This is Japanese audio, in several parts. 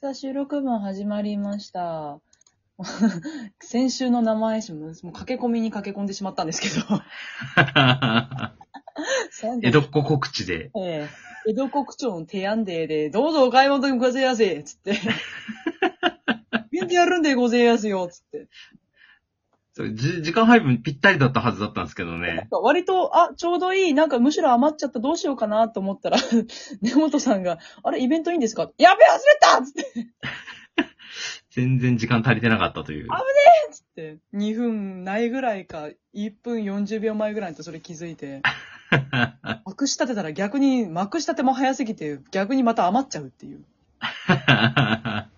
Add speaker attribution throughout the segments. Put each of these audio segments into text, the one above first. Speaker 1: さあ、収録も始まりました。 先週の名前しも、もう駆け込みに駆け込んでしまったんですけど。
Speaker 2: 江戸っ子告知で。
Speaker 1: ええ江戸国町の提案デーで、どうぞお買い物にごぜやせつって。イベントやるんでごぜやすよつって。
Speaker 2: それじ時間配分ぴったりだったはずだったんですけど
Speaker 1: なん
Speaker 2: ね。
Speaker 1: か割と、あ、ちょうどいい、なんかむしろ余っちゃった、どうしようかなと思ったら、 根本さんが、あれ、イベントいいんですかやべえ、忘れたつって
Speaker 2: 全然時間足りてなかったという。
Speaker 1: つって、2分ないぐらいか、1分40秒前ぐらいにそれ気づいて、まくし立てたら逆に、まくし立ても早すぎて、逆にまた余っちゃうっていう。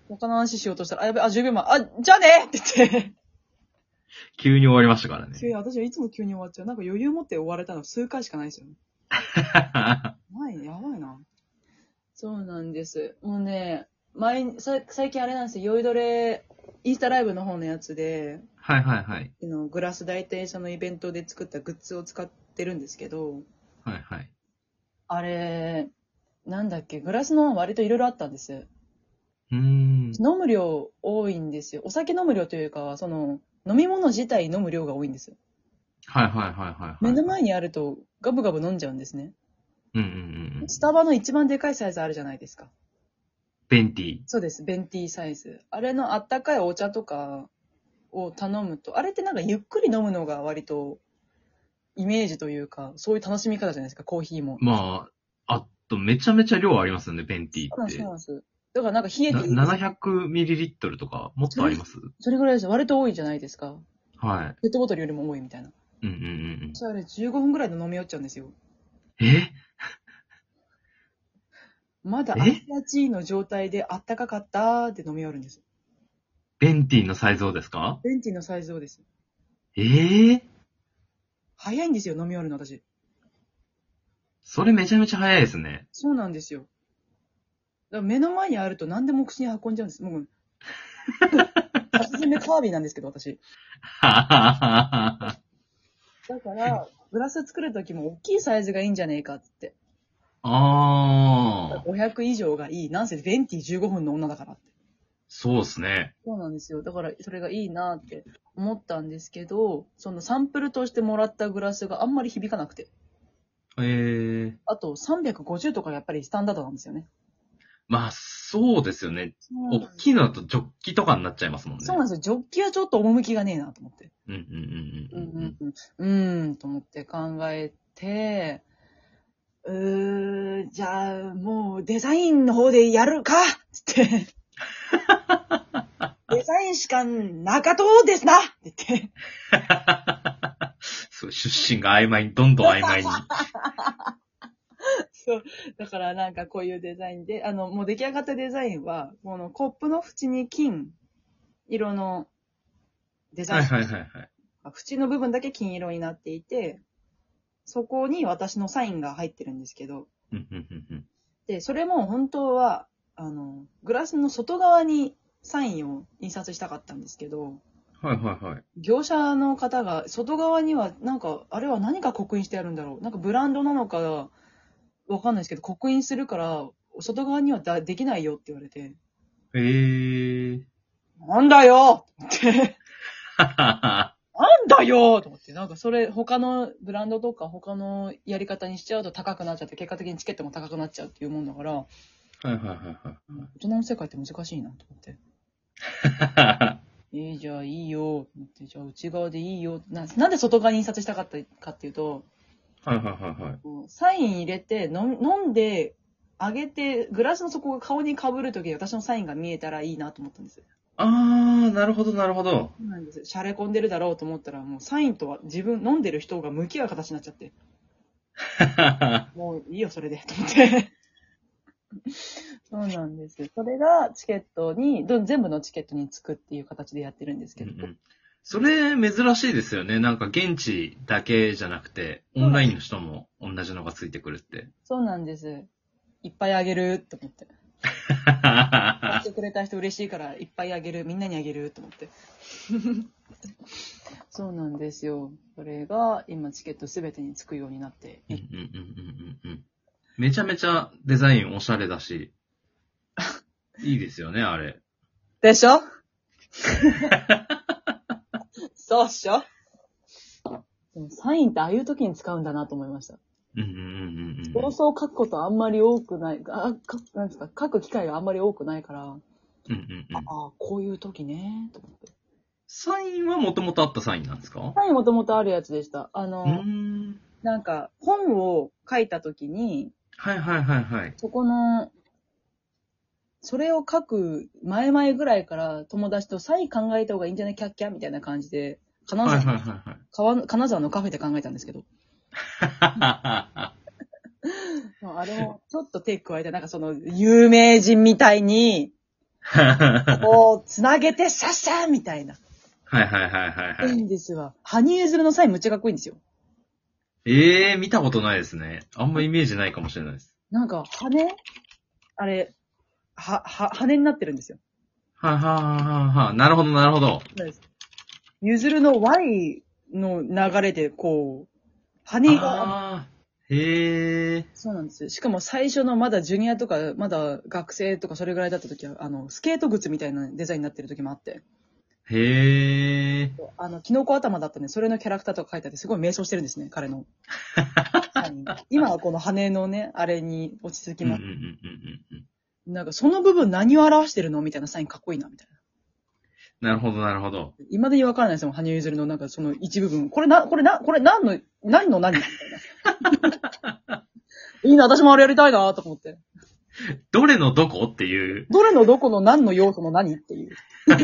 Speaker 1: 他の話しようとしたら、あ、やべ、あ、10秒前、あ、じゃあねって言って。
Speaker 2: 急に終わりましたから
Speaker 1: 急
Speaker 2: ね。
Speaker 1: に、私 はいつも急に終わっちゃう。なんか余裕持って終われたの数回しかないですよね。やばいね、やばいな。そうなんです。もうね、前、さ最近あれなんですよ、酔いどれ、インスタライブの方のやつで、
Speaker 2: はいはいはい。
Speaker 1: あのグラス大体そのイベントで作ったグッズを使ってるんですけど、
Speaker 2: はいはい。
Speaker 1: あれ、なんだっけ、グラスの割といろいろあったんです。
Speaker 2: うーん。
Speaker 1: 飲む量多いんですよ。お酒飲む量というか、その、飲み物自体飲む量が多いんですよ。
Speaker 2: はいはいはいはい、は
Speaker 1: 目
Speaker 2: い。
Speaker 1: の前にあると、ガブガブ飲んじゃうんですね。
Speaker 2: うんうんうんうん。
Speaker 1: スタバの一番でかいサイズあるじゃないですか。
Speaker 2: ベンティ。
Speaker 1: そうです、ベンティーサイズ。あれのあったかいお茶とかを頼むと、あれってなんかゆっくり飲むのが割と、イメージというか、そういう楽しみ方じゃないですか、コーヒーも。
Speaker 2: まあ、あとめちゃめちゃ量ありますよね、ベンティ
Speaker 1: そうなん
Speaker 2: っ
Speaker 1: です、
Speaker 2: て
Speaker 1: そう。なんです。だからなんか冷えてる。
Speaker 2: 700ml とかもっとあります
Speaker 1: それぐらいです。割と多いじゃないですか。
Speaker 2: は
Speaker 1: ペットボトルよりも多いみたいな。
Speaker 2: い。うんうん
Speaker 1: 私あれ15分ぐらいで飲み寄っちゃうんですよ。
Speaker 2: うん。え
Speaker 1: まだ
Speaker 2: え
Speaker 1: アイアチーの状態であったかかったーって飲み寄るんです。
Speaker 2: ベンティのサイズをですか
Speaker 1: ベンティーのサイズをです。
Speaker 2: ええ
Speaker 1: 早いんですよ、飲み寄るの私。
Speaker 2: それめちゃめちゃ早いですね。
Speaker 1: そうなんですよ。だから目の前にあると何でも口に運んじゃうんです。もう、おすすめカービィなんですけど、私。
Speaker 2: あ
Speaker 1: だから、グラス作るときも大きいサイズがいいんじゃねえかっつって。
Speaker 2: あー、
Speaker 1: 500以上がいい。なんせベンティー15分の女だからって。
Speaker 2: そうですね。
Speaker 1: そうなんですよ。だから、それがいいなって思ったんですけど、そのサンプルとしてもらったグラスがあんまり響かなくて。
Speaker 2: ええ
Speaker 1: あと、350とかやっぱりスタンダードなんですよね。
Speaker 2: まあ、そうですよね。
Speaker 1: そうなん
Speaker 2: 大きいのだとジョッキとかになっちゃいますもん
Speaker 1: で
Speaker 2: ね。
Speaker 1: すよ。ジョッキはちょっと趣がねえなと思って。
Speaker 2: うんうん
Speaker 1: う
Speaker 2: うんん
Speaker 1: う
Speaker 2: うんうん。
Speaker 1: んうん、うーんと思って考えて、うーん、じゃあ、もうデザインの方でやるかつ って。デザインしか中藤ですなって言って。
Speaker 2: そう、出身が曖昧に、どんどん曖 昧に。
Speaker 1: そう。だからなんかこういうデザインで、あの、もう出来上がったデザインは、このコップの縁に金色のデザ
Speaker 2: は
Speaker 1: イ
Speaker 2: い
Speaker 1: ン。
Speaker 2: はいはいはい。
Speaker 1: 縁の部分だけ金色になっていて、そこに私のサインが入ってるんですけど、
Speaker 2: うんうんうんうん
Speaker 1: で、それも本当は、あの、グラスの外側にサインを印刷したかったんですけど、
Speaker 2: はいはいはい。
Speaker 1: 業者の方が外側には、なんか、あれは何が刻印してあるんだろう。なんかブランドなのか、わかんないですけど、刻印するから、外側にはだできないよって言われて、
Speaker 2: えー。
Speaker 1: なんだよって、
Speaker 2: ははは。
Speaker 1: なんだよと思って、なんかそれ、他のブランドとか他のやり方にしちゃうと高くなっちゃって、結果的にチケットも高くなっちゃうっていうもんだから、
Speaker 2: はいはいはいはい
Speaker 1: 大人の世界って難しいなと思って。
Speaker 2: ははは。
Speaker 1: えー、じゃあいいよ、と思ってじゃあ内側でいいよな。なんで外側に印刷したかったかっていうと、
Speaker 2: はいはいはいはい。
Speaker 1: こうサイン入れて飲ん、飲んで、あげて、グラスの底が顔に被るときに私のサインが見えたらいいなと思ったんです。
Speaker 2: あー、なるほどなるほど。
Speaker 1: そうなんです。シャレ込んでるだろうと思ったら、もうサインとは自分、飲んでる人が向き合う形になっちゃって、
Speaker 2: ははは
Speaker 1: もういいよ、それで、と思って。 そうなんです。それがチケットに、ど全部のチケットにつくっていう形でやってるんですけど、
Speaker 2: うんうんそれ、珍しいですよね。なんか、現地だけじゃなくて、オンラインの人も同じのがついてくる って。
Speaker 1: そうなんです。いっぱいあげる、と思って。買ってくれた人嬉しいからいっぱいあげる、みんなにあげると思って。 そうなんですよ。それが今チケットすべてにつくようになって
Speaker 2: うんうんうんうんうんうんめちゃめちゃデザインおしゃれだし、いいですよね、あれ。
Speaker 1: でし ょそうっしょでもサインってああいう時に使うんだなと思いました。
Speaker 2: うんうんうんうん
Speaker 1: 放送を書くことあんまり多くない、あ、かなんですか、書く機会があんまり多くないから、
Speaker 2: うんうんうん。
Speaker 1: ああ、こういう時ね、と思って。
Speaker 2: サインはもともとあったサインなんですか
Speaker 1: サインもともとあるやつでした。あの、
Speaker 2: うーん。
Speaker 1: なんか、本を書いた時に、
Speaker 2: はいはいはいはい。
Speaker 1: そこの、それを書く前々ぐらいから友達とサイン考えた方がいいんじゃないキャッキャみたいな感じで、金
Speaker 2: はい
Speaker 1: 沢,、
Speaker 2: はいはいはい。
Speaker 1: 川金沢のカフェで考えたんですけど、まああれもちょっと手加えて、なんかその有名人みたい に、こう、つなげてシャッシャーみたいな。
Speaker 2: はいはいはいはい
Speaker 1: い
Speaker 2: はいい。
Speaker 1: んですわ。ハニーエズルのサインむっちゃかっこいいんですよ。
Speaker 2: ええー、見たことないですね。あんまイメージないかもしれないです。
Speaker 1: なんか、羽あれ、は、は、羽になってるんですよ。
Speaker 2: はいはいはいはい。なるほどなるほど。
Speaker 1: そうです。ゆずるの Y の流れで、こう、羽が、
Speaker 2: あーへえ。
Speaker 1: そうなんですよ。しかも最初のまだジュニアとか、まだ学生とかそれぐらいだった時は、あの、スケート靴みたいなデザインになってる時もあって、
Speaker 2: へえ。
Speaker 1: あの、キノコ頭だったね、それのキャラクターとか書いてあって、すごい迷走してるんですね、彼 の。はい今はこの羽のね、あれに落ち着き
Speaker 2: うんう
Speaker 1: ま
Speaker 2: んうん
Speaker 1: す。
Speaker 2: うんうん。
Speaker 1: なんか、その部分何を表してるのみたいなサインかっこいいな、みたいな。
Speaker 2: なるほどなるほど。
Speaker 1: 今でにわからないですよ、羽生結弦のなんかその一部分。これな、 これな、これ何の、何の何みたいな。いい な、私もあれやりたいなと思って。
Speaker 2: どれのどこっていう。
Speaker 1: どれのどこの何の要素の何っていう。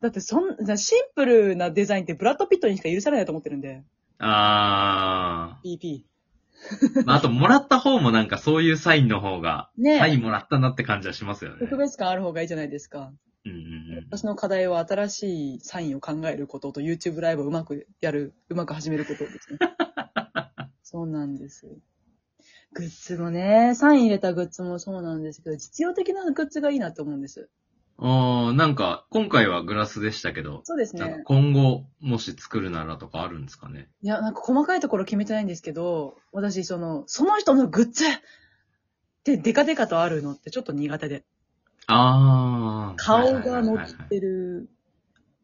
Speaker 1: だってそんな、シンプルなデザインってブラッド・ピットにしか許されないと思ってるんで。
Speaker 2: あ
Speaker 1: BP。
Speaker 2: ー。まあ、あと、もらった方もなんかそういうサインの方が、
Speaker 1: ねえ、
Speaker 2: サインもらったなって感じはしますよね。
Speaker 1: 特別感ある方がいいじゃないですか。
Speaker 2: うんうんうん。
Speaker 1: 私の課題は新しいサインを考えることと YouTube ライブをうまくやる、うまく始めること ですね。そうなんです。グッズもね、サイン入れたグッズもそうなんですけど、実用的なグッズがいいなと思うんです。
Speaker 2: あー、なんか、今回はグラスでしたけど、
Speaker 1: そうです
Speaker 2: なんか
Speaker 1: ね。
Speaker 2: 今後、もし作るならとかあるんですかね。
Speaker 1: いや、なんか細かいところ決めてないんですけど、私、その、その人のグッズってデカデカとあるのってちょっと苦手で。
Speaker 2: あー。
Speaker 1: 顔
Speaker 2: はいは
Speaker 1: が
Speaker 2: いは
Speaker 1: 乗
Speaker 2: いはい
Speaker 1: ってる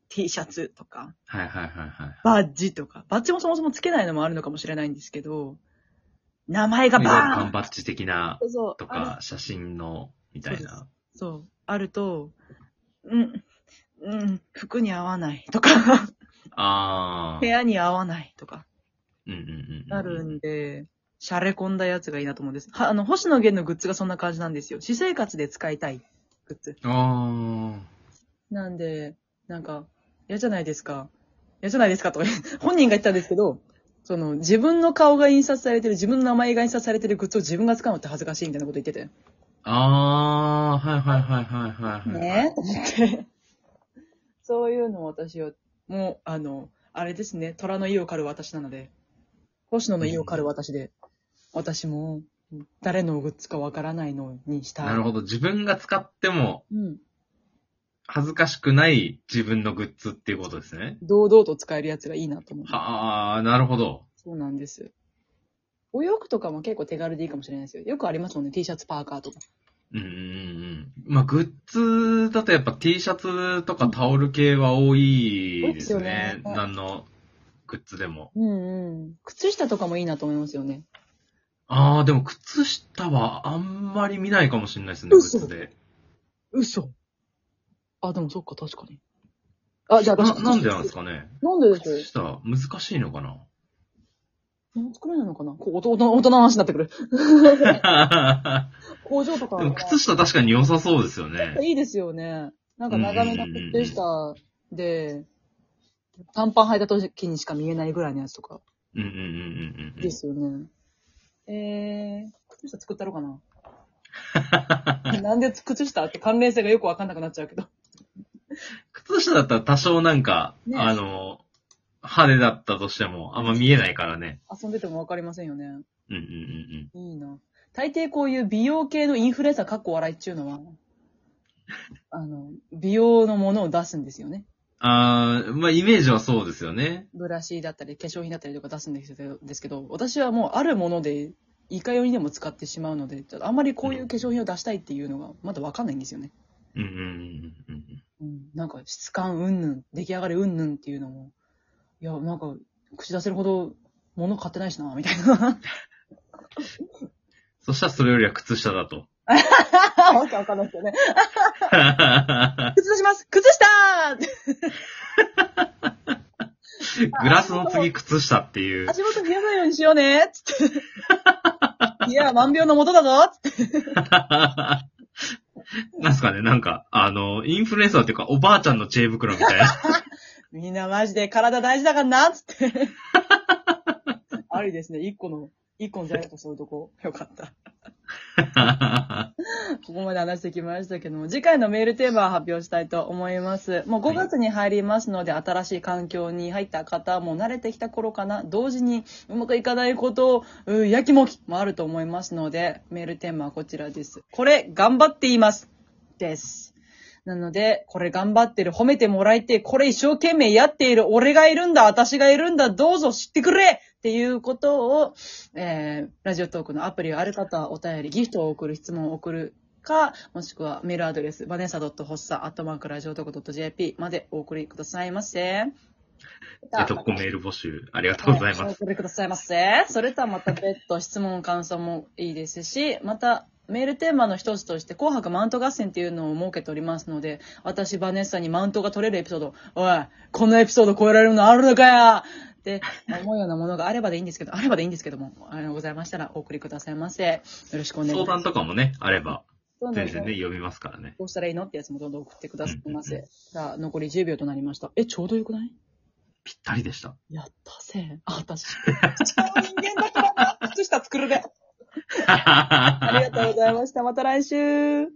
Speaker 1: T シャツとか、
Speaker 2: はいはいはいはい。
Speaker 1: バッジとか、バッジもそもそもつけないのもあるのかもしれないんですけど、名前がバー
Speaker 2: 缶
Speaker 1: ン
Speaker 2: バッジ的な、
Speaker 1: そうそう
Speaker 2: と
Speaker 1: あ
Speaker 2: か、写真の、みたいな。
Speaker 1: るそう、あると、うん、うん、服に合わないとか、
Speaker 2: あ
Speaker 1: 部
Speaker 2: ー。
Speaker 1: 屋に合わないとか、
Speaker 2: うんうんうんうん。
Speaker 1: なるんで、シャレ込んだやつがいいなと思うんです。は、あの、星野源のグッズがそんな感じなんですよ。私生活で使いたいグッズ。
Speaker 2: あ
Speaker 1: なんで、なんか、嫌じゃないですか。嫌じゃないですか とか、本人が言ったんですけど、その、自分の顔が印刷されてる、自分の名前が印刷されてるグッズを自分が使うのって恥ずかしいみたいなこと言ってて。
Speaker 2: ー。あー、はいはいはいはいはいはい。
Speaker 1: ねえ、と思って。 そういうのを私は、もう、あの、あれですね、虎の意を狩る私なので、星野の意を狩る私で、私も、誰のグッズかわからないのにしたい。
Speaker 2: なるほど。自分が使っても
Speaker 1: うん。
Speaker 2: 恥ずかしくない自分のグッズっていうことですね。
Speaker 1: 堂々と使えるやつがいいなと思う。
Speaker 2: はあ、なるほど。
Speaker 1: そうなんです。お洋服とかも結構手軽でいいかもしれないですよ。よくありますもんね、T シャツ、パーカーとか。
Speaker 2: うんうんうん。まあ、グッズだとやっぱ T シャツとかタオル系は多いです
Speaker 1: 多い
Speaker 2: ね。
Speaker 1: ですよね
Speaker 2: 何のグッズでも。
Speaker 1: うんうん。靴下とかもいいなと思いますよね。
Speaker 2: ああ、でも靴下はあんまり見ないかもしれないですね、グッズで。
Speaker 1: 嘘。あ、でもそっか、確かに。あ、じゃあ
Speaker 2: な、
Speaker 1: 私、
Speaker 2: なんでなんですかね。
Speaker 1: なんでです
Speaker 2: 靴下、難しいの かな
Speaker 1: 何作れないのかなこう大人大人の話になってくる。工場とか
Speaker 2: でも靴下確かに良さそうですよね。
Speaker 1: いいですよね。なんか長めの靴下で、短パン履いた時にしか見えないぐらいのやつとか
Speaker 2: うんうんうんうんうん。
Speaker 1: ですよね。えー、靴下作ったろうか な。なんで靴下って関連性がよくわかんなくなっちゃうけど。
Speaker 2: 靴下だったら多少なんか、
Speaker 1: ね
Speaker 2: あの、派手だったとしても、あんま見えないからね。
Speaker 1: 遊んでてもわかりませんよね。
Speaker 2: うんうんうんうん。
Speaker 1: いいな。大抵こういう美容系のインフルエンサーかっこ笑いっていうのは、あの、美容のものを出すんですよね。
Speaker 2: あー、まあ、イメージはそうですよね。
Speaker 1: ブラシだったり、化粧品だったりとか出すんですけど、ですけど私はもうあるものでいかようにでも使ってしまうので、ちょっとあんまりこういう化粧品を出したいっていうのがまだわかんないんですよね。
Speaker 2: うんうんうんうんうん。
Speaker 1: うん、なんか質感うんぬん、出来上がりうんぬんっていうのも、いや、なんか口出せるほど物買ってないしな、みたいな。
Speaker 2: そしたらそれよりは靴下だ と。
Speaker 1: わけわかんないですよね。 靴出します靴下ー
Speaker 2: グラスの次靴下っ ていう。
Speaker 1: 足元見えないようにしようねつって。 いや、万病の元だぞつって。
Speaker 2: なんすかね、なんか、あの、インフルエンサーっていうか、おばあちゃんの知恵袋みたいな。
Speaker 1: みんなマジで体大事だからなつ って。ありですね、一個の、一個の財布とそういうとこ。よかった。ここまで話してきましたけども、次回のメールテーマを発表したいと思います。もう5月に入りますので、新しい環境に入った方も慣れてきた頃かな、同時にうまくいかないことを、うーやきもきもあると思いますので、メールテーマはこちらです。これ、頑張っています。です。なので、これ頑張ってる、褒めてもらえて、これ一生懸命やっている、俺がいるんだ、私がいるんだ、どうぞ知ってくれっていうことを、えー、ラジオトークのアプリがある方はお便り、ギフトを送る、質問を送るか、もしくはメールアドレス、バネサドットホッサ、アットマークラジオトーク .jp までお送りくださいませ。
Speaker 2: えっと、こメール募集、ありがとうござい
Speaker 1: は
Speaker 2: ま
Speaker 1: お
Speaker 2: す。
Speaker 1: 送りくださいませ。それとはまた別途質問、感想もいいですし、また、メールテーマの一つとして、紅白マウント合戦っていうのを設けておりますので、私、バネッサにマウントが取れるエピソード、おい、こんなエピソード超えられるのあるのかやって思うようなものがあればでいいんですけど、あればでいいんですけども、あの、ございましたらお送りくださいませ。よろしくお願いし
Speaker 2: 相
Speaker 1: ます
Speaker 2: 談とかもね、あれば、。
Speaker 1: そうなん
Speaker 2: 全
Speaker 1: ですよ
Speaker 2: 然ね、読みますからね。
Speaker 1: どうしたらいいのってやつもどんどん送ってくださいま
Speaker 2: うんう
Speaker 1: せ。さあ、残り10秒となりました。え、ちょうどよくない
Speaker 2: ぴったりでした。
Speaker 1: やったぜ。あ、私。超人間だからな。靴下作るべ。ありがとうございました。また来週。